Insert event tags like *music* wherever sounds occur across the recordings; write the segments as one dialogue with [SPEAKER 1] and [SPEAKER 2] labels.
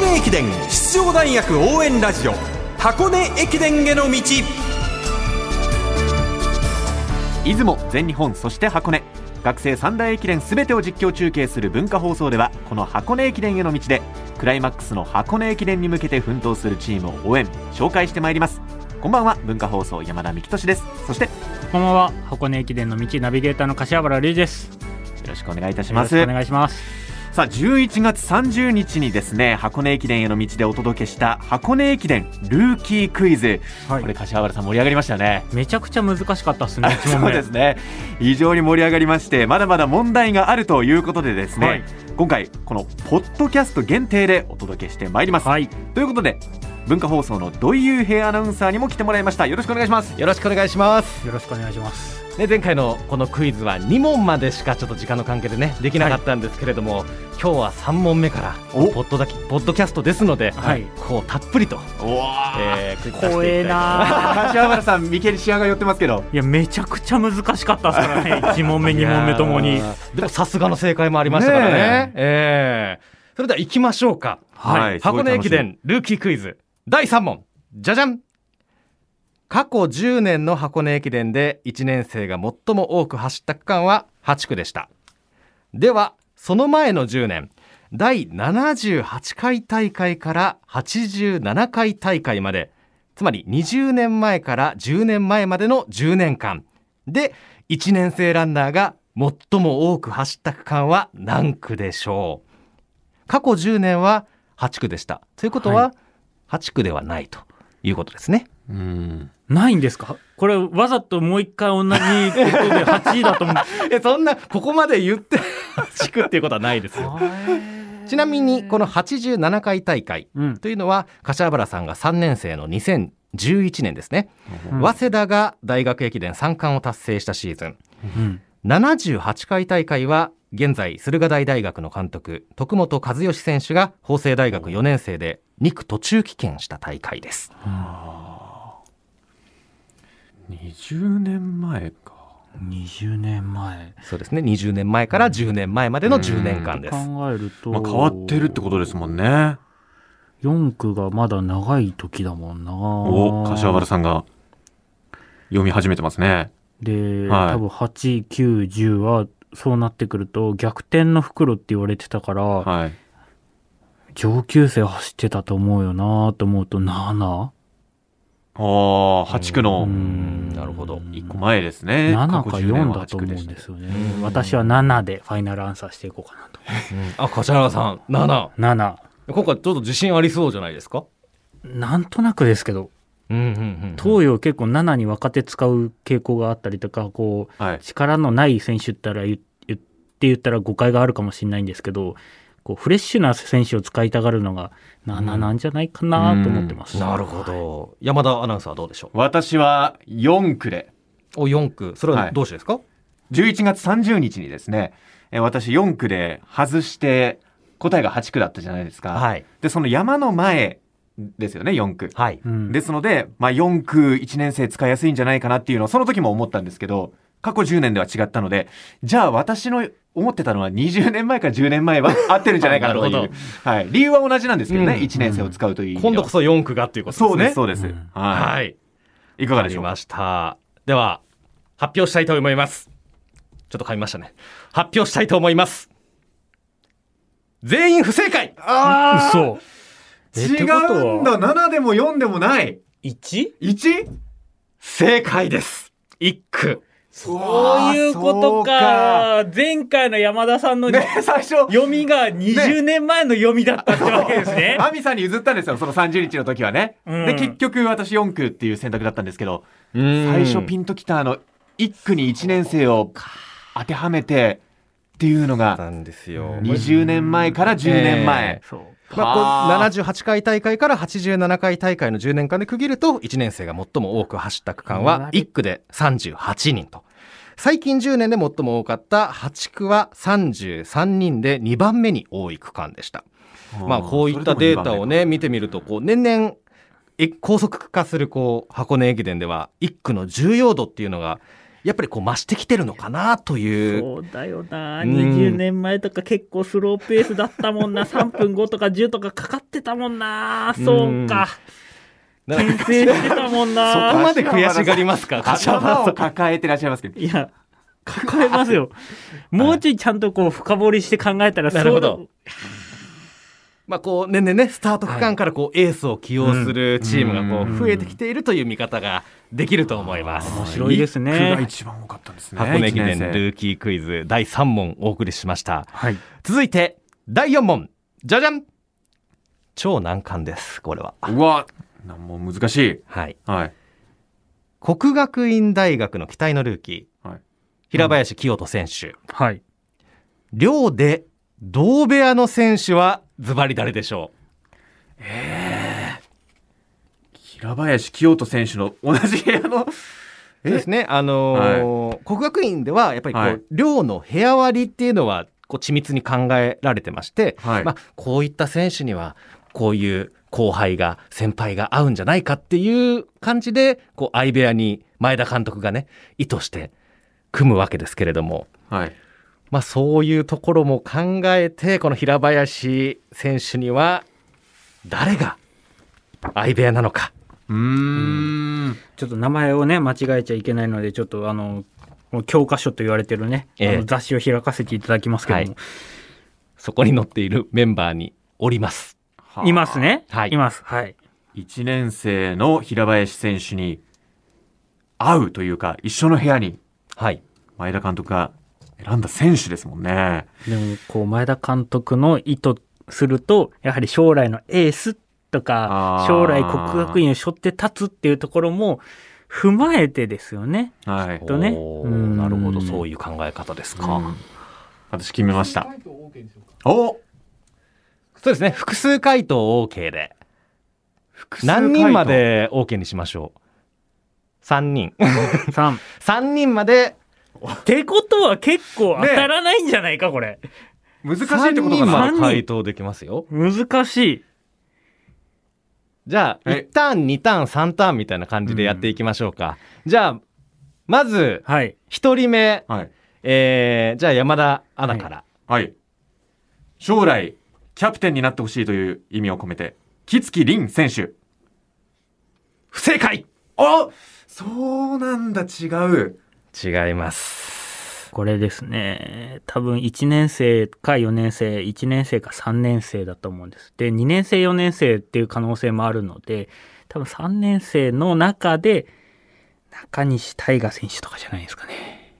[SPEAKER 1] 根駅伝出場大学応援ラジオ箱根駅伝への道
[SPEAKER 2] 出雲全日本そして箱根学生三大駅伝すべてを実況中継する文化放送ではこの箱根駅伝への道でクライマックスの箱根駅伝に向けて奮闘するチームを応援紹介してまいりますこんばんは文化放送山田幹俊ですそしてよ
[SPEAKER 3] こんばんは箱根駅伝の道ナビゲーターの柏原隆二です
[SPEAKER 2] ろしくお願いいたし
[SPEAKER 3] よろ
[SPEAKER 2] ま
[SPEAKER 3] し
[SPEAKER 2] す
[SPEAKER 3] くお願いします
[SPEAKER 2] さあ11月30日にですね箱根駅伝への道でお届けした箱根駅伝ルーキークイズ、
[SPEAKER 3] はい
[SPEAKER 2] これ柏原さん盛り上がりましたよね
[SPEAKER 3] めちゃくちゃ難しかったですね一問
[SPEAKER 2] そう
[SPEAKER 3] 目
[SPEAKER 2] ですね非常に盛り上がりましてまだまだ問題があるということでですね、
[SPEAKER 3] はい
[SPEAKER 2] 今回このポッドキャスト限定でお届けしてまいります、
[SPEAKER 3] はい
[SPEAKER 2] ということで文化放送の土井雄平アナウンサーにも来てもらいましたよろしくお願いします
[SPEAKER 4] よろしくお願いします、
[SPEAKER 3] よろしくお願いします
[SPEAKER 4] ね、前回のこのクイズは2問までしかちょっと時間の関係でねできなかったんですけれども、今日は3問目から
[SPEAKER 2] お
[SPEAKER 4] ポッドだきポッドキャストですので、
[SPEAKER 3] はい
[SPEAKER 4] こうたっぷりと、えー、ク
[SPEAKER 3] 怖
[SPEAKER 4] イズ出してい
[SPEAKER 3] え
[SPEAKER 4] きたいと思います
[SPEAKER 3] なあ
[SPEAKER 2] 柏原さん眉間に視野が寄ってますけど
[SPEAKER 3] いやめちゃくちゃ難しかったですからね
[SPEAKER 2] *laughs*
[SPEAKER 3] 1問目2問目とも
[SPEAKER 4] い
[SPEAKER 3] に
[SPEAKER 4] やーでもさすがの正解もありましたからね
[SPEAKER 2] ね
[SPEAKER 4] えーそれでは行きましょうか、
[SPEAKER 2] はい
[SPEAKER 4] 箱根駅伝ルーキークイズ第3問じゃじゃん過去10年の箱根駅伝で1年生が最も多く走った区間は8区でしたではその前の10年第78回大会から87回大会までつまり20年前から10年前までの10年間で1年生ランナーが最も多く走った区間は何区でしょう過去10年は8区でしたということは8区ではないということですね、
[SPEAKER 2] うん
[SPEAKER 3] ないんですかこれわざともう一回同じことで8位だと
[SPEAKER 2] *laughs*
[SPEAKER 3] 思う
[SPEAKER 4] えそんなここまで言って8区っていうことはないですよちなみにこの87回大会
[SPEAKER 3] うん
[SPEAKER 4] というのは柏原さんが3年生の2011年ですね、
[SPEAKER 3] うん
[SPEAKER 4] 早稲田が大学駅伝3冠を達成したシーズン
[SPEAKER 3] うん
[SPEAKER 4] 78回大会は現在駿河台大学の監督徳本和義選手が法政大学4年生で2区途中棄権した大会です
[SPEAKER 2] 20年前か
[SPEAKER 3] 20年前
[SPEAKER 4] そうですね20年前から10年前までの10年間です
[SPEAKER 3] 考えると、
[SPEAKER 2] まあ変わってるってことですもんね
[SPEAKER 3] 4区がまだ長い時だもんな
[SPEAKER 2] お柏原さんが読み始めてますね
[SPEAKER 3] で、
[SPEAKER 2] はい
[SPEAKER 3] 多分8、9、10は、そうなってくると、逆転の袋って言われてたから、
[SPEAKER 2] はい
[SPEAKER 3] 上級生走ってたと思うよなと思うと 7?7
[SPEAKER 2] ああ8区の
[SPEAKER 3] うん
[SPEAKER 4] なるほど
[SPEAKER 2] 1個前ですね
[SPEAKER 3] か
[SPEAKER 2] 過去10年
[SPEAKER 3] 4
[SPEAKER 2] は
[SPEAKER 3] だと
[SPEAKER 2] 8区
[SPEAKER 3] 思う
[SPEAKER 2] で
[SPEAKER 3] ん
[SPEAKER 2] した
[SPEAKER 3] ですよ
[SPEAKER 4] う
[SPEAKER 3] ね。
[SPEAKER 4] ん
[SPEAKER 3] 私は7でファイナルアンサーしていこうかなと。
[SPEAKER 4] あ柏原さん7
[SPEAKER 3] 7。
[SPEAKER 4] 今回ちょっと自信ありそうじゃないですか
[SPEAKER 3] なんとなくですけど、
[SPEAKER 4] うんうんうん
[SPEAKER 3] 東洋結構7に若手使う傾向があったりとか、こ、
[SPEAKER 2] はいう
[SPEAKER 3] 力のない選手ったら言言って言ったら誤解があるかもしれないんですけど、こうフレッシュな選手を使いたがるのが7なんじゃないかなと思ってます。
[SPEAKER 4] なるほど山田アナウンサーどうでしょう
[SPEAKER 2] 私は4区で
[SPEAKER 4] お4区それはどうしてですか、
[SPEAKER 2] 11月30日にですねえー私4区で外して答えが8区だったじゃないですか、
[SPEAKER 4] はい
[SPEAKER 2] でその山の前ですよね4区、
[SPEAKER 4] はい
[SPEAKER 3] うん
[SPEAKER 2] ですので、まあ、4区1年生使いやすいんじゃないかなっていうのはその時も思ったんですけど過去10年では違ったのでじゃあ私の思ってたのは20年前か10年前は *laughs* 合ってるんじゃないかなとい
[SPEAKER 4] なる
[SPEAKER 2] う
[SPEAKER 4] ほ、
[SPEAKER 2] はい、理由は同じなんですけどね、
[SPEAKER 4] うん
[SPEAKER 2] 1年生を使うという意味では
[SPEAKER 4] 今度こそ4区がっていうことですね
[SPEAKER 2] そうですそうです、
[SPEAKER 3] うん
[SPEAKER 2] は、
[SPEAKER 4] はいい
[SPEAKER 2] いかが
[SPEAKER 4] わか
[SPEAKER 2] で
[SPEAKER 4] り
[SPEAKER 2] しょうか
[SPEAKER 4] ました。では、発表したいと思います。ちょっと噛みましたね。発表したいと思います。全員不正解
[SPEAKER 2] あー
[SPEAKER 3] 嘘えってことは
[SPEAKER 2] 違うんだ7でも4でもない
[SPEAKER 3] 1?
[SPEAKER 2] 1?
[SPEAKER 4] 正解です。一区。
[SPEAKER 3] そういうことか前回の山田さんの、
[SPEAKER 2] ね *laughs* 最初
[SPEAKER 3] 読みが20年前の読みだったってわけですね。
[SPEAKER 2] 亜美さんに譲ったんですよその30日の時はね、
[SPEAKER 3] うん
[SPEAKER 2] で結局私4区っていう選択だったんですけど
[SPEAKER 4] 最
[SPEAKER 2] 最初ピ
[SPEAKER 4] ン
[SPEAKER 2] ンときたあの1区に1年生を当てはめてっていうのが
[SPEAKER 4] んですよ
[SPEAKER 2] 20年前から10年前、
[SPEAKER 3] そう
[SPEAKER 4] ま
[SPEAKER 2] は
[SPEAKER 4] あ、
[SPEAKER 2] あ
[SPEAKER 4] こう78回大会から87回大会の10年間で区切ると1年生が最も多く走った区間は1区で38人と最近10年で最も多かった8区は33人で2番目に多い区間でした。まあ、こういったデータをね見てみるとこう年々え高速化するこう箱根駅伝では1区の重要度っていうのがやっぱりこう増してきてるのかなという。
[SPEAKER 3] そうだよな、
[SPEAKER 4] うん
[SPEAKER 3] 20年前とか結構スローペースだったもんな、3分5とか10とかかかってたもんな、そうか、
[SPEAKER 4] だから
[SPEAKER 3] 牽制してたもん
[SPEAKER 4] そこ
[SPEAKER 3] な。
[SPEAKER 4] まで悔しがりますか、柏
[SPEAKER 2] 頭を
[SPEAKER 4] 原さん。
[SPEAKER 2] 抱えてらっしゃいますけど
[SPEAKER 3] いや、抱えますよ。もうちょいちゃんとこう深掘りして考えたら、
[SPEAKER 4] なるほど
[SPEAKER 3] そう
[SPEAKER 4] まあこう年々ねスタート区間からこうエースを起用するチームがこう増えてきているという見方ができると思います。
[SPEAKER 3] 面白いですね
[SPEAKER 2] 一区が一番多かったんですね
[SPEAKER 4] 箱根駅伝
[SPEAKER 2] 一年生
[SPEAKER 4] ルーキークイズ第3問お送りしました。
[SPEAKER 3] はい。
[SPEAKER 4] 続いて第4問じゃじゃん超難関ですこれは
[SPEAKER 2] うわなんも難しい
[SPEAKER 4] はい
[SPEAKER 2] はい
[SPEAKER 4] 国学院大学の期待のルーキー、
[SPEAKER 2] はい
[SPEAKER 4] 平林清人選手、
[SPEAKER 3] はい。
[SPEAKER 4] 寮で同部屋の選手はズバリ誰でしょ
[SPEAKER 2] 平林清人選手の同じ部屋の
[SPEAKER 4] うそうですねあのー国学院ではやっぱりこう、
[SPEAKER 2] はい
[SPEAKER 4] 寮の部屋割りっていうのはこう緻密に考えられてまして、
[SPEAKER 2] はい
[SPEAKER 4] まあ、こういった選手にはこういう後輩が先輩が合うんじゃないかっていう感じでこう相部屋に前田監督がね意図して組むわけですけれども、
[SPEAKER 2] はい
[SPEAKER 4] まあ、そういうところも考えてこの平林選手には誰が相部屋なのか
[SPEAKER 2] うーん
[SPEAKER 3] ちょっと名前をね、間違えちゃいけないので、ちょっとあの、もう教科書と言われてるね、
[SPEAKER 4] ええ
[SPEAKER 3] あの雑誌を開かせていただきますけども、、
[SPEAKER 4] はいそこに載っているメンバーにおります。
[SPEAKER 2] はい
[SPEAKER 3] ますね。
[SPEAKER 4] はい
[SPEAKER 3] います。はい。
[SPEAKER 2] 1年生の平林選手に会うというか一緒の部屋に
[SPEAKER 4] はい、
[SPEAKER 2] 前田監督が選んだ選手ですもんね
[SPEAKER 3] でもこう前田監督の意図するとやはり将来のエースと
[SPEAKER 2] あ
[SPEAKER 3] か
[SPEAKER 2] ー
[SPEAKER 3] 将来国学院を背負って立つっていうところも踏まえてですよね。
[SPEAKER 2] はい
[SPEAKER 3] とね
[SPEAKER 4] おー
[SPEAKER 3] うん
[SPEAKER 4] なるほどそういう考え方ですか。
[SPEAKER 2] 私決めましたお
[SPEAKER 4] そうですね複数回答 OK で
[SPEAKER 2] 複数回答
[SPEAKER 4] 何人まで OK にしましょう3人 *laughs*
[SPEAKER 3] 3。っ
[SPEAKER 4] 3人まで
[SPEAKER 3] てことは結構当たらないんじゃないかこれ。
[SPEAKER 2] 難しい
[SPEAKER 4] 3
[SPEAKER 2] ってこと
[SPEAKER 4] 人
[SPEAKER 2] か
[SPEAKER 4] ま
[SPEAKER 2] な
[SPEAKER 3] 三
[SPEAKER 4] で
[SPEAKER 3] 人
[SPEAKER 4] 回答できますよ
[SPEAKER 3] 難しい。
[SPEAKER 4] じゃあ
[SPEAKER 2] はい
[SPEAKER 4] 1ターン2ターン3ターンみたいな感じでやっていきましょうか、じゃあまず
[SPEAKER 3] はい。
[SPEAKER 4] 1人目、
[SPEAKER 2] はい
[SPEAKER 4] えー、じゃあ山田アナから、
[SPEAKER 2] はい将来キャプテンになってほしいという意味を込めて木月凛選手
[SPEAKER 4] 不正解
[SPEAKER 2] あそうなんだ違う
[SPEAKER 4] 違います
[SPEAKER 3] これですね。多分1年生か4年生、1年生か3年生だと思うんです。で、2年生、4年生っていう可能性もあるので、多分3年生の中で、中西大河選手とかじゃないですかね。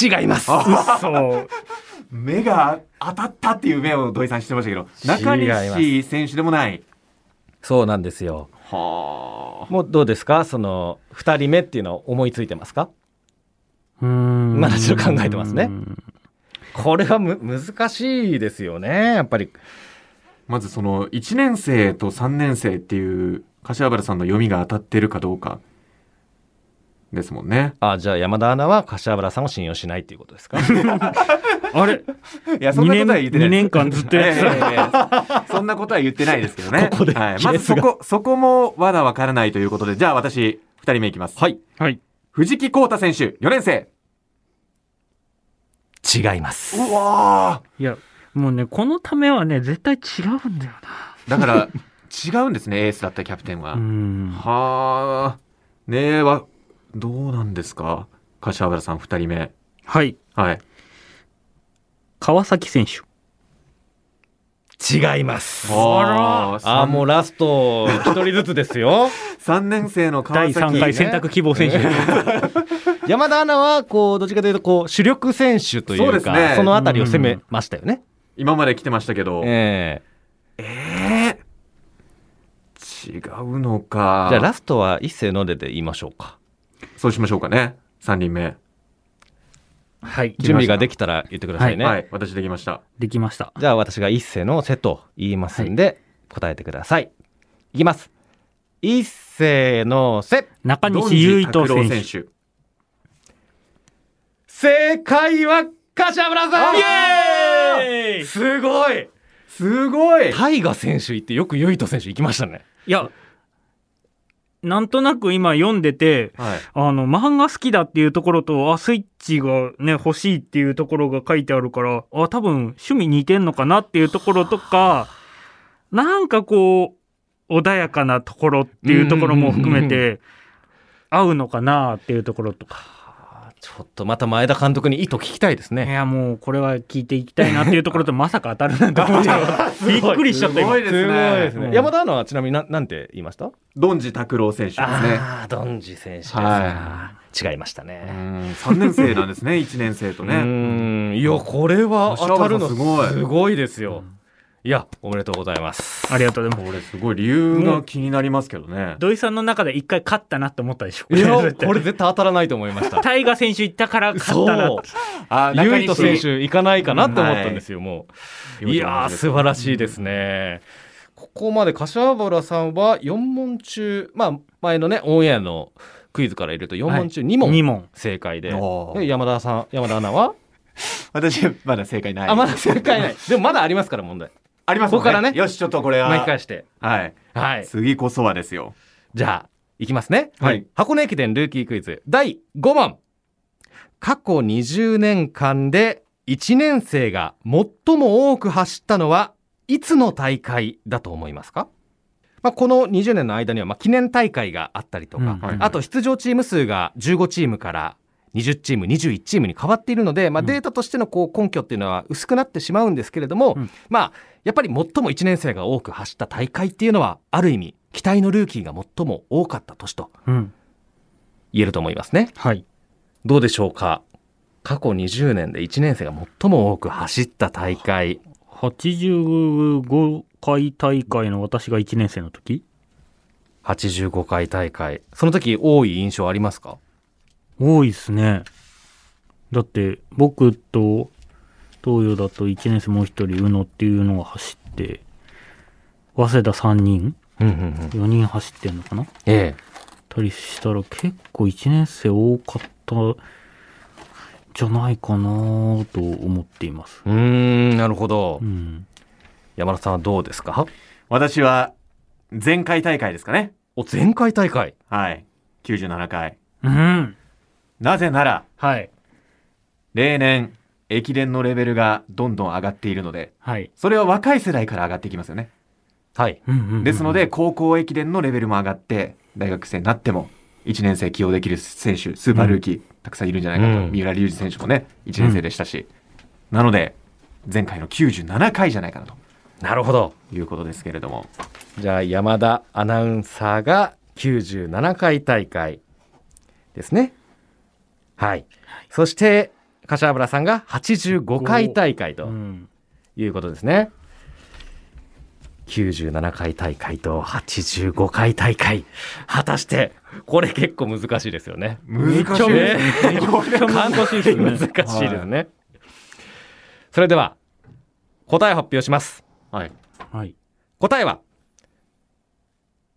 [SPEAKER 4] 違います
[SPEAKER 3] そう。
[SPEAKER 2] 目が当たったっていう目を土井さんしてましたけど中西選手でもない
[SPEAKER 4] そうなんですよ
[SPEAKER 2] は
[SPEAKER 4] もうどうですかその2人目っていうのは思いついてますか
[SPEAKER 3] うーん
[SPEAKER 4] まだちょっと考えてますねこれはむ難しいですよねやっぱり
[SPEAKER 2] あまずその1年生と3年生っていう柏原さんの読みが当たってるかどうかですもんね
[SPEAKER 4] あじゃあ山田アナは柏原さんを信用しないっていうことですか
[SPEAKER 3] あれ
[SPEAKER 2] いや
[SPEAKER 3] ?2 年、二年間ずっとやってた。
[SPEAKER 2] *laughs* そんなことは言ってないですけど
[SPEAKER 3] *laughs*
[SPEAKER 2] ね
[SPEAKER 4] ここで
[SPEAKER 2] はい、まず
[SPEAKER 4] ケ
[SPEAKER 2] そ
[SPEAKER 4] ースが
[SPEAKER 2] こそこもまだわからないということでじゃあ私2人目いきます、
[SPEAKER 4] はい
[SPEAKER 3] はい。
[SPEAKER 2] 藤木康太選手4年生
[SPEAKER 4] 違います
[SPEAKER 2] うわ
[SPEAKER 3] いや、もうね、このためはね、絶対違うんだよ
[SPEAKER 2] だから違うんですねエースだったキャプテンは、
[SPEAKER 3] な。うん。
[SPEAKER 2] はあねえはどうなんですか柏原さん2人目
[SPEAKER 3] はい。
[SPEAKER 2] はい
[SPEAKER 3] 川崎選手。
[SPEAKER 4] 違います
[SPEAKER 2] あ
[SPEAKER 4] あーもうラスト一人ずつですよ
[SPEAKER 2] 3年生の川
[SPEAKER 3] 第
[SPEAKER 2] 崎
[SPEAKER 3] 3回選択希望選手。
[SPEAKER 4] 山田アナはこうどっちかというとこう主力選手とい
[SPEAKER 2] そう
[SPEAKER 4] う
[SPEAKER 2] です
[SPEAKER 4] かそ
[SPEAKER 2] ね
[SPEAKER 4] のあたりを攻めましたよね、
[SPEAKER 2] 今まで来てましたけど、
[SPEAKER 4] ええ
[SPEAKER 2] えー違うのか
[SPEAKER 4] じゃあラストは一斉のでで言いましょうか
[SPEAKER 2] そうしましょうかね3人目
[SPEAKER 3] はい。
[SPEAKER 4] 準備ができたら言ってくださいね、
[SPEAKER 2] はい私できました
[SPEAKER 3] できました。
[SPEAKER 4] じゃあ私が一世の瀬と言いますんで、答えてください。いきます。一世の瀬。
[SPEAKER 3] 中
[SPEAKER 2] ドン
[SPEAKER 3] 西
[SPEAKER 2] ジ
[SPEAKER 3] 優斗
[SPEAKER 2] 拓郎
[SPEAKER 3] 選手。
[SPEAKER 2] 選手
[SPEAKER 4] 正解は柏原さん。イエーイ
[SPEAKER 3] い
[SPEAKER 4] すごい。
[SPEAKER 2] すごい
[SPEAKER 4] タイガ選手行ってよくユイト選手行きましたね。
[SPEAKER 3] や、なんとなく今読んでて、
[SPEAKER 4] はい。
[SPEAKER 3] あの、漫画好きだっていうところと、あ、スイッチがね、欲しいっていうところが書いてあるから、あ、多分趣味似てんのかなっていうところとか、なんかこう、穏やかなところっていうところも含め
[SPEAKER 4] うんうん
[SPEAKER 3] て、合うのかなっていうところとか。
[SPEAKER 4] ちょっとまた前田監督に意図聞きたいです
[SPEAKER 3] い
[SPEAKER 4] ね。
[SPEAKER 3] や、もうこれは聞いていきたいなっていうところと、まさか当たるなんて思っちゃうびっくりしちゃっ
[SPEAKER 2] *laughs*
[SPEAKER 3] た
[SPEAKER 2] すごい
[SPEAKER 3] 今。
[SPEAKER 2] ですね。
[SPEAKER 3] ね
[SPEAKER 4] 山田アナはちなみにななんて言いました
[SPEAKER 2] ドンジ拓郎選手ですね。
[SPEAKER 4] ああ、ドンジ選手です、
[SPEAKER 2] は
[SPEAKER 4] 違いました
[SPEAKER 2] う
[SPEAKER 4] ね。
[SPEAKER 2] ん3年生なん
[SPEAKER 4] *laughs*
[SPEAKER 2] ですね、1年生と
[SPEAKER 4] う
[SPEAKER 2] ね。
[SPEAKER 4] ん、いや、これは当たるの
[SPEAKER 2] すごい
[SPEAKER 4] すごいですよ。いや、おめでとうございます。
[SPEAKER 3] ありがとうございます。
[SPEAKER 2] これすごい理由が気になりますけどね。
[SPEAKER 3] 土井さんの中で一回勝ったなって思ったでしょ。
[SPEAKER 4] いや、
[SPEAKER 3] 絶対
[SPEAKER 4] *laughs* これ絶対当たらないと思いました。
[SPEAKER 3] *laughs* タイガ選手行ったから勝ったなって。
[SPEAKER 2] あ
[SPEAKER 4] ユイト選手行かないかなって思ったんですよ、もう。
[SPEAKER 2] はい
[SPEAKER 4] いやー、素晴らしいですね。ここまで柏原さんは4問中、まあ、前のね、オンエアのクイズから入れると4問中2
[SPEAKER 3] 2
[SPEAKER 4] 問
[SPEAKER 3] 問。
[SPEAKER 4] 正解で、
[SPEAKER 2] おー
[SPEAKER 4] で山田さん、山田アナは、
[SPEAKER 2] 私、まだ正解ない。
[SPEAKER 4] あ、まだ正解ない。でもまだありますから、問題。
[SPEAKER 2] ありますもん
[SPEAKER 4] ここからね
[SPEAKER 2] よし、ちょっとこれは。
[SPEAKER 4] 巻き返して。
[SPEAKER 2] はい。
[SPEAKER 4] はい。
[SPEAKER 2] 次こそはですよ。
[SPEAKER 4] じゃあ、いきますね。
[SPEAKER 2] はい
[SPEAKER 4] 箱根駅伝ルーキークイズ第5問。過去20年間で1年生が最も多く走ったのはいつの大会だと思いますか、まあ、この20年の間にはまあ記念大会があったりとか、
[SPEAKER 2] はい
[SPEAKER 4] あと出場チーム数が15チームから20チーム21チームに変わっているので、まあ、
[SPEAKER 3] うん
[SPEAKER 4] データとしてのこう根拠っていうのは薄くなってしまうんですけれども、
[SPEAKER 3] うん
[SPEAKER 4] まあ、やっぱり最も1年生が多く走った大会っていうのはある意味期待のルーキーが最も多かった年と
[SPEAKER 3] うん。
[SPEAKER 4] 言えると思いますね。
[SPEAKER 3] はい。
[SPEAKER 4] どうでしょうか過去20年で1年生が最も多く走った大会
[SPEAKER 3] 85回大会の私が1年生の時
[SPEAKER 4] 85回大会その時多い印象ありますか
[SPEAKER 3] 多いですね。だって、僕と東洋だと1年生もう一人、宇野っていうのが走って、早稲田3人
[SPEAKER 4] うんうんうん。
[SPEAKER 3] ?4 人走ってんのかな
[SPEAKER 4] ええ。
[SPEAKER 3] たりしたら結構1年生多かったんじゃないかなと思っています。
[SPEAKER 4] うーん、なるほど
[SPEAKER 3] う。ん。
[SPEAKER 4] 山田さんはどうですか
[SPEAKER 2] 私は、前回大会ですかね。
[SPEAKER 4] お、前回大会。
[SPEAKER 2] はい。97回。
[SPEAKER 3] うん。
[SPEAKER 2] なぜなら、
[SPEAKER 3] はい。
[SPEAKER 2] 例年、駅伝のレベルがどんどん上がっているので、
[SPEAKER 3] はい。
[SPEAKER 2] それは若い世代から上がっていきますよね。
[SPEAKER 4] はい。
[SPEAKER 3] うんうんうんうん
[SPEAKER 2] ですので、高校駅伝のレベルも上がって、大学生になっても、1年生起用できる選手、スーパールーキー、たくさんいるんじゃないかと、
[SPEAKER 4] うん
[SPEAKER 2] 三浦龍司選手もね、1年生でしたし、なので、前回の97回じゃないかなと
[SPEAKER 4] なるほど。
[SPEAKER 2] いうことですけれども、
[SPEAKER 4] じゃあ山田アナウンサーが97回大会ですね。はい。そして柏原さんが85回大会
[SPEAKER 3] う
[SPEAKER 4] と
[SPEAKER 3] ん。
[SPEAKER 4] いうことですね。97回大会と85回大会。果たして、これ結構難しいですよね。
[SPEAKER 2] 難しい
[SPEAKER 3] めっちゃ
[SPEAKER 2] ね
[SPEAKER 3] ねめっちゃ難しいです
[SPEAKER 4] かなり
[SPEAKER 3] ね。
[SPEAKER 4] 難しいですね。それでは、答えを発表します。
[SPEAKER 2] はい。
[SPEAKER 3] はい。
[SPEAKER 4] 答えは、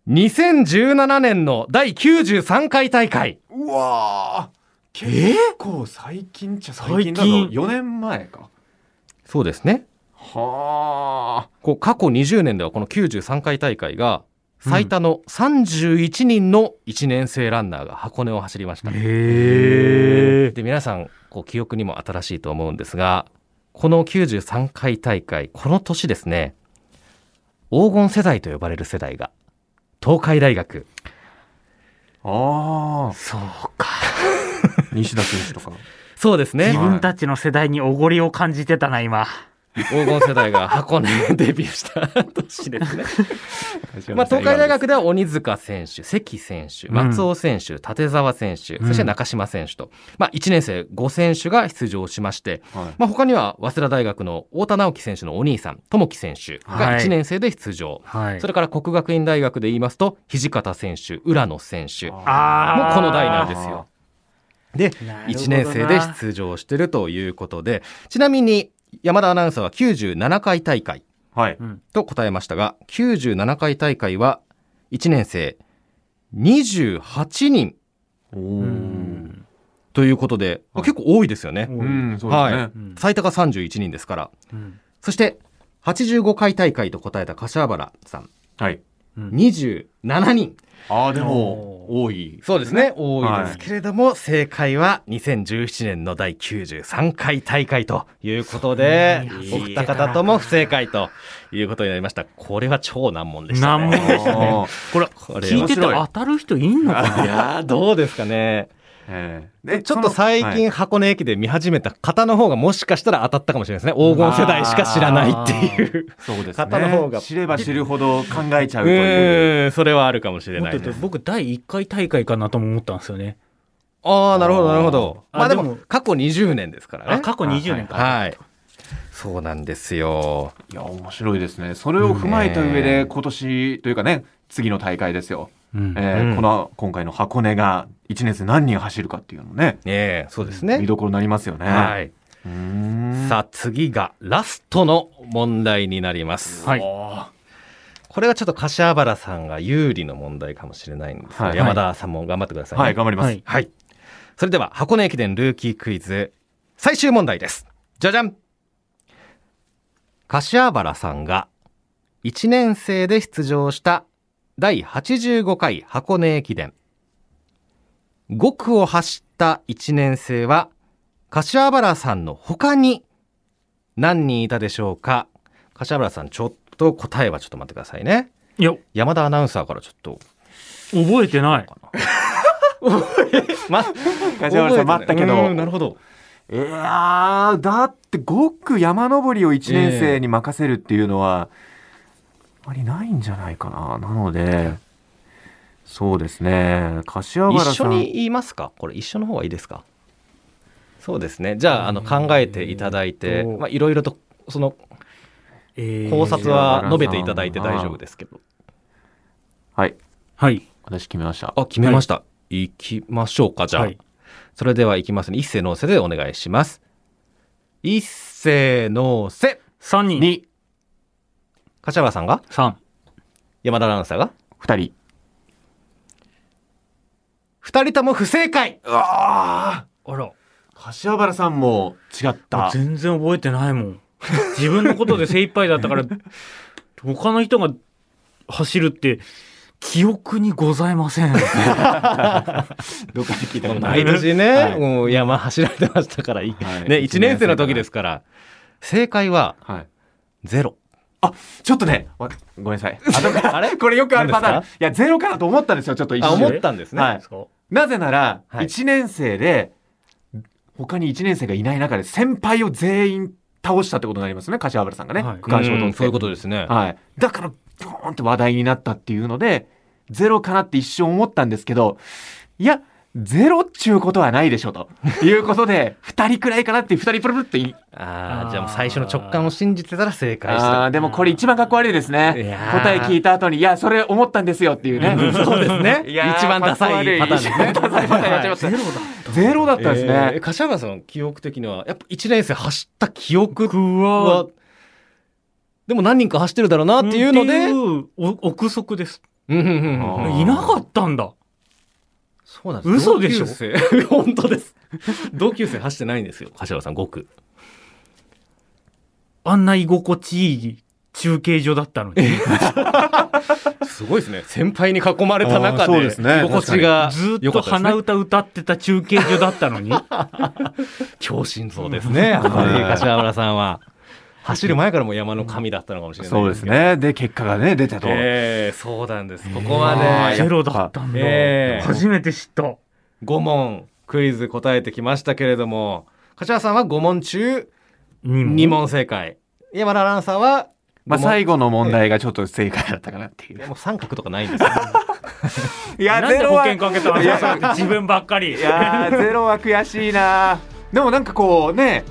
[SPEAKER 4] 2017年の第93回大会。
[SPEAKER 2] うわー結構最近っちゃ最近だぞ
[SPEAKER 3] 最近
[SPEAKER 2] 4年前か
[SPEAKER 4] そうですね。
[SPEAKER 2] はあ
[SPEAKER 4] こう過去20年ではこの93回大会が最多の31人の1年生ランナーが箱根を走りました。
[SPEAKER 3] へえ。
[SPEAKER 4] で、皆さん、こう記憶にも新しいと思うんですが、この93回大会、この年ですね、黄金世代と呼ばれる世代が、東海大学、
[SPEAKER 2] あー
[SPEAKER 3] そうか。
[SPEAKER 2] 西田選手とか
[SPEAKER 4] そうですね
[SPEAKER 3] 自、分たちの世代におごりを感じてたな、今。
[SPEAKER 4] 黄金世代が箱根デビューした年ですね。まあ、東海大学では鬼塚選手、関選手、
[SPEAKER 3] うん
[SPEAKER 4] 松尾選手、立澤選手、そして中島選手と、まあ、1年生5選手が出場しまして、
[SPEAKER 2] はい
[SPEAKER 4] まあ、他には早稲田大学の太田直樹選手のお兄さん、友樹選手が
[SPEAKER 3] はい
[SPEAKER 4] 1年生で出場、
[SPEAKER 3] はい
[SPEAKER 4] そ。れから国学院大学で言いますと、土方選手、浦野選手、もう
[SPEAKER 3] あー
[SPEAKER 4] この代なんですよ。で、
[SPEAKER 3] なるほど
[SPEAKER 4] 1
[SPEAKER 3] な
[SPEAKER 4] 年生で出場してるということで、ちなみに山田アナウンサーは97回大会。
[SPEAKER 2] はい
[SPEAKER 3] うん。
[SPEAKER 4] と答えましたが、97回大会は1年生28人
[SPEAKER 2] お
[SPEAKER 3] う
[SPEAKER 2] ー
[SPEAKER 3] ん。
[SPEAKER 4] ということで、
[SPEAKER 2] はい
[SPEAKER 4] 結構多いですよね。
[SPEAKER 2] うんそうですね、
[SPEAKER 4] は
[SPEAKER 3] うん
[SPEAKER 4] い。最多が31人ですから。
[SPEAKER 3] うん
[SPEAKER 4] そして、85回大会と答えた柏原さん。
[SPEAKER 2] はい
[SPEAKER 4] 27人、
[SPEAKER 2] ああで
[SPEAKER 3] も
[SPEAKER 2] も多
[SPEAKER 4] *laughs*
[SPEAKER 2] い
[SPEAKER 4] そうですね多いですけれども、正解は2017年の第93回大会ということで
[SPEAKER 3] い
[SPEAKER 4] お二方とも不正解ということになりましたこれは超難問でした
[SPEAKER 3] 難
[SPEAKER 4] ね
[SPEAKER 3] 問でしたねこれ
[SPEAKER 4] これ
[SPEAKER 3] 聞いてて
[SPEAKER 2] 面白い
[SPEAKER 3] 当たる人いんのかない
[SPEAKER 4] やーどうですかね
[SPEAKER 2] え
[SPEAKER 4] ちょっと最近箱根駅で見始めた方の方がもしかしたら当たったかもしれないですね黄金世代しか知らないっていう
[SPEAKER 2] そうですね
[SPEAKER 4] 方の方が
[SPEAKER 2] 知れば知るほど考えちゃう
[SPEAKER 4] う
[SPEAKER 2] という
[SPEAKER 4] ーんそれはあるかもしれ
[SPEAKER 3] もっ
[SPEAKER 4] な
[SPEAKER 3] と
[SPEAKER 4] い
[SPEAKER 3] 言う
[SPEAKER 4] で
[SPEAKER 3] と
[SPEAKER 4] す
[SPEAKER 3] 僕第1回大会かなとも思ったんですよね。
[SPEAKER 4] ああなるほどなるほど
[SPEAKER 3] あー
[SPEAKER 4] まあで
[SPEAKER 3] で
[SPEAKER 4] も
[SPEAKER 3] も
[SPEAKER 4] 過去20年ですから
[SPEAKER 3] あ
[SPEAKER 4] ね
[SPEAKER 3] 過去20年か。
[SPEAKER 4] はいそうなんですよ
[SPEAKER 2] いや面白いですねそれを踏まえた上
[SPEAKER 4] ねえ
[SPEAKER 2] で今年というかね次の大会ですよ、
[SPEAKER 3] うん
[SPEAKER 2] えー
[SPEAKER 4] うん
[SPEAKER 2] この今回の箱根が1年生何人走るかっていうのもね
[SPEAKER 4] ねえそうです
[SPEAKER 2] 見
[SPEAKER 4] ね
[SPEAKER 2] どころになりますよね、
[SPEAKER 4] は
[SPEAKER 2] い、
[SPEAKER 4] い
[SPEAKER 2] うーん
[SPEAKER 4] さあ次がラストの問題になります
[SPEAKER 3] はい
[SPEAKER 4] これはちょっと柏原さんが有利の問題かもしれないんですが
[SPEAKER 2] はい
[SPEAKER 4] 山田さんも頑張ってくださいね
[SPEAKER 2] はい頑張ります、
[SPEAKER 3] はい
[SPEAKER 4] はい。それでは箱根駅伝ルーキークイズ最終問題です。じゃじゃん柏原さんが1年生で出場した第85回箱根駅伝。5区を走った1年生は柏原さんの他に何人いたでしょうか柏原さん、ちょっと答えはちょっと待ってくださいね。
[SPEAKER 3] いや
[SPEAKER 4] 山田アナウンサーからちょっと。
[SPEAKER 3] 覚えてない。
[SPEAKER 4] ま、
[SPEAKER 2] 梶原さん待ったけど
[SPEAKER 4] うんなるほど。
[SPEAKER 2] いやーだって5区山登りを1年生に任せるっていうのは、あまりないんじゃないかななのでそうですね柏原さん
[SPEAKER 4] 一緒に言いますかこれ一緒の方がいいですかそうですねじゃああの考えていただいて、
[SPEAKER 3] えーと
[SPEAKER 4] まあ、いろいろとその
[SPEAKER 3] えー
[SPEAKER 4] 考察は述べていただいて大丈夫ですけど、
[SPEAKER 2] はい
[SPEAKER 3] はい。
[SPEAKER 2] 私決めました
[SPEAKER 4] あ決めました、行きましょうかじゃあ、
[SPEAKER 3] はい
[SPEAKER 4] それでは行きますね一斉のせでお願いします一斉のせ
[SPEAKER 3] 3人。
[SPEAKER 2] 2
[SPEAKER 4] 柏原さんが
[SPEAKER 3] 3。
[SPEAKER 4] 山田アナウンサーが
[SPEAKER 2] 2人
[SPEAKER 4] 2人とも不正解
[SPEAKER 2] うわ
[SPEAKER 3] あら。
[SPEAKER 2] 柏原さんも違った
[SPEAKER 3] 全然覚えてないもん。自分のことで精一杯だったから、
[SPEAKER 4] *laughs*
[SPEAKER 3] 他の人が走るって、記憶にございません。
[SPEAKER 2] どっかで聞いたことない
[SPEAKER 4] 毎年ね、
[SPEAKER 2] はい
[SPEAKER 4] もう山走られてましたから、い
[SPEAKER 2] はい
[SPEAKER 4] ね、1年生の時ですから正解は
[SPEAKER 2] はい
[SPEAKER 4] ゼロ
[SPEAKER 2] あちょっとねわごめんなさいあとか
[SPEAKER 4] あ
[SPEAKER 2] *laughs*
[SPEAKER 4] れ
[SPEAKER 2] これよくあるパターン
[SPEAKER 4] 何
[SPEAKER 2] い
[SPEAKER 4] で
[SPEAKER 2] やゼロかなと思ったんですよちょっと一
[SPEAKER 4] あ
[SPEAKER 2] 瞬
[SPEAKER 4] 思ったんですね、
[SPEAKER 2] はいなぜなら、
[SPEAKER 4] はい
[SPEAKER 2] 1年生で、他に1年生がいない中で、先輩を全員倒したってことになりますね、柏原さんがね、
[SPEAKER 3] はい
[SPEAKER 2] 区間賞を
[SPEAKER 4] う
[SPEAKER 2] 取っ
[SPEAKER 4] ん
[SPEAKER 2] て。
[SPEAKER 4] そういうことですね。
[SPEAKER 2] はい。だから、ドーンって話題になったっていうので、ゼロかなって一瞬思ったんですけど、いや、ゼロっちゅうことはないでしょ、ということ
[SPEAKER 4] *laughs*
[SPEAKER 2] で、2人くらいかなって2人プルプルってい
[SPEAKER 4] あ
[SPEAKER 3] あ
[SPEAKER 4] あ、
[SPEAKER 3] ー
[SPEAKER 4] じゃあもう最初の直感を信じてたら正解し
[SPEAKER 2] あ
[SPEAKER 4] た。
[SPEAKER 2] ーでもこれ一番かっこ悪いです
[SPEAKER 4] い
[SPEAKER 2] ね
[SPEAKER 4] や。ー
[SPEAKER 2] 答え聞いた後に、いや、それ思ったんですよっていうね。
[SPEAKER 4] そうですね
[SPEAKER 2] いやー
[SPEAKER 4] 一番ダサいパターンです
[SPEAKER 2] かっこ悪い一番
[SPEAKER 4] ね
[SPEAKER 2] ダサいパターンになっちゃいました
[SPEAKER 3] ゼロだ。
[SPEAKER 2] ゼロだったんですね。
[SPEAKER 4] えー柏原さんの記憶的には、やっぱ1年生走った記憶
[SPEAKER 3] 僕
[SPEAKER 4] は
[SPEAKER 3] は、、
[SPEAKER 4] でも何人か走ってるだろうなっていうの
[SPEAKER 3] ってい
[SPEAKER 4] で、
[SPEAKER 3] うお憶測です。
[SPEAKER 4] うんうんうん
[SPEAKER 2] あー
[SPEAKER 4] うん
[SPEAKER 3] いなかったんだ。
[SPEAKER 4] そうなん
[SPEAKER 3] 嘘でしょ
[SPEAKER 4] 同級生 *laughs* 本当です。同級生走ってないんですよ、柏原さん5区。
[SPEAKER 3] あんな居心地いい中継所だったのに。
[SPEAKER 4] すごいですね。先輩に囲まれた
[SPEAKER 2] あー
[SPEAKER 4] 中
[SPEAKER 2] そう
[SPEAKER 4] で、
[SPEAKER 2] ですね
[SPEAKER 4] 居心地が
[SPEAKER 3] ずー
[SPEAKER 4] 良
[SPEAKER 3] っ
[SPEAKER 4] か
[SPEAKER 3] と
[SPEAKER 4] ったですね
[SPEAKER 3] 鼻歌歌ってた中継所だったの
[SPEAKER 4] *laughs*
[SPEAKER 3] に。
[SPEAKER 4] 強心臓です
[SPEAKER 2] *laughs*
[SPEAKER 4] ね。やっぱり柏原さんは。走る前からもう山の神だったのかもしれないけど
[SPEAKER 2] そうです。ね。で、結果がね、出たと。
[SPEAKER 4] ええそうなんです。ここは
[SPEAKER 2] あー
[SPEAKER 4] ね、
[SPEAKER 3] ゼロだったんだ。
[SPEAKER 4] えー
[SPEAKER 3] 初めて知った。
[SPEAKER 4] 5問クイズ答えてきましたけれども、柏原さんは5問中2問正解。山田アナウンサーは、
[SPEAKER 2] まあ、
[SPEAKER 4] 五問
[SPEAKER 2] 最後の問題がちょっと正解だったかなってい
[SPEAKER 4] いうや。もう三角とかないんですよ。
[SPEAKER 2] いや
[SPEAKER 3] なんで保険かけたの
[SPEAKER 2] いや
[SPEAKER 3] 自分ばっかり
[SPEAKER 2] い。やーゼロは悔しいなでもなんかこうね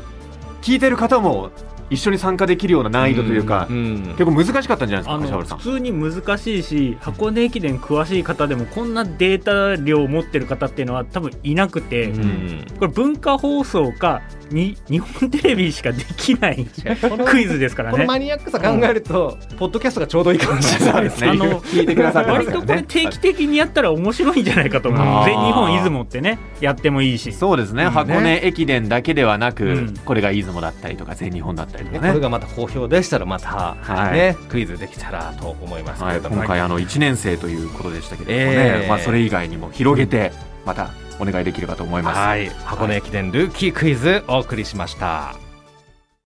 [SPEAKER 2] 聞いてる方も一緒に参加できるような難易度というか、
[SPEAKER 4] うんうん
[SPEAKER 2] 結構難しかったんじゃない
[SPEAKER 3] あ
[SPEAKER 2] ですか柏
[SPEAKER 3] の
[SPEAKER 2] 原さん
[SPEAKER 3] 普通に難しいし箱根駅伝詳しい方でもこんなデータ量を持ってる方っていうのは多分いなくて、
[SPEAKER 4] うん
[SPEAKER 3] これ文化放送かに日本テレビしかで
[SPEAKER 2] *laughs*
[SPEAKER 3] きない
[SPEAKER 4] この
[SPEAKER 3] クイズですから
[SPEAKER 4] この
[SPEAKER 3] ね。
[SPEAKER 4] マニアックさ考えると、ポッドキャストがちょうどいいかもしれないですね。
[SPEAKER 2] *laughs*
[SPEAKER 3] あの
[SPEAKER 2] 聞いてくださってます
[SPEAKER 3] 割
[SPEAKER 2] から
[SPEAKER 3] と
[SPEAKER 2] ね
[SPEAKER 3] これ定期的にやったら面白いんじゃないかと思
[SPEAKER 4] あ
[SPEAKER 3] う
[SPEAKER 4] ー
[SPEAKER 3] 全日本出雲ってねやってもいいし
[SPEAKER 2] そうですね、
[SPEAKER 4] うんね
[SPEAKER 2] 箱根駅伝だけではなく、
[SPEAKER 3] うん
[SPEAKER 2] これが出雲だったりとか全日本だったりと
[SPEAKER 4] ね
[SPEAKER 2] か
[SPEAKER 4] これ
[SPEAKER 2] ね
[SPEAKER 4] がまた好評でしたらまた、
[SPEAKER 2] はい
[SPEAKER 4] ね、クイズできたらと思いますけ
[SPEAKER 2] は
[SPEAKER 4] れ
[SPEAKER 2] い、
[SPEAKER 4] ど
[SPEAKER 2] 今
[SPEAKER 4] も、
[SPEAKER 2] 回あの1年生ということでしたけれどもね、
[SPEAKER 4] えー
[SPEAKER 2] まあ、それ以外にも広げてまたお願いできればと思います。
[SPEAKER 4] はい箱根駅伝ルーキークイズお送りしました。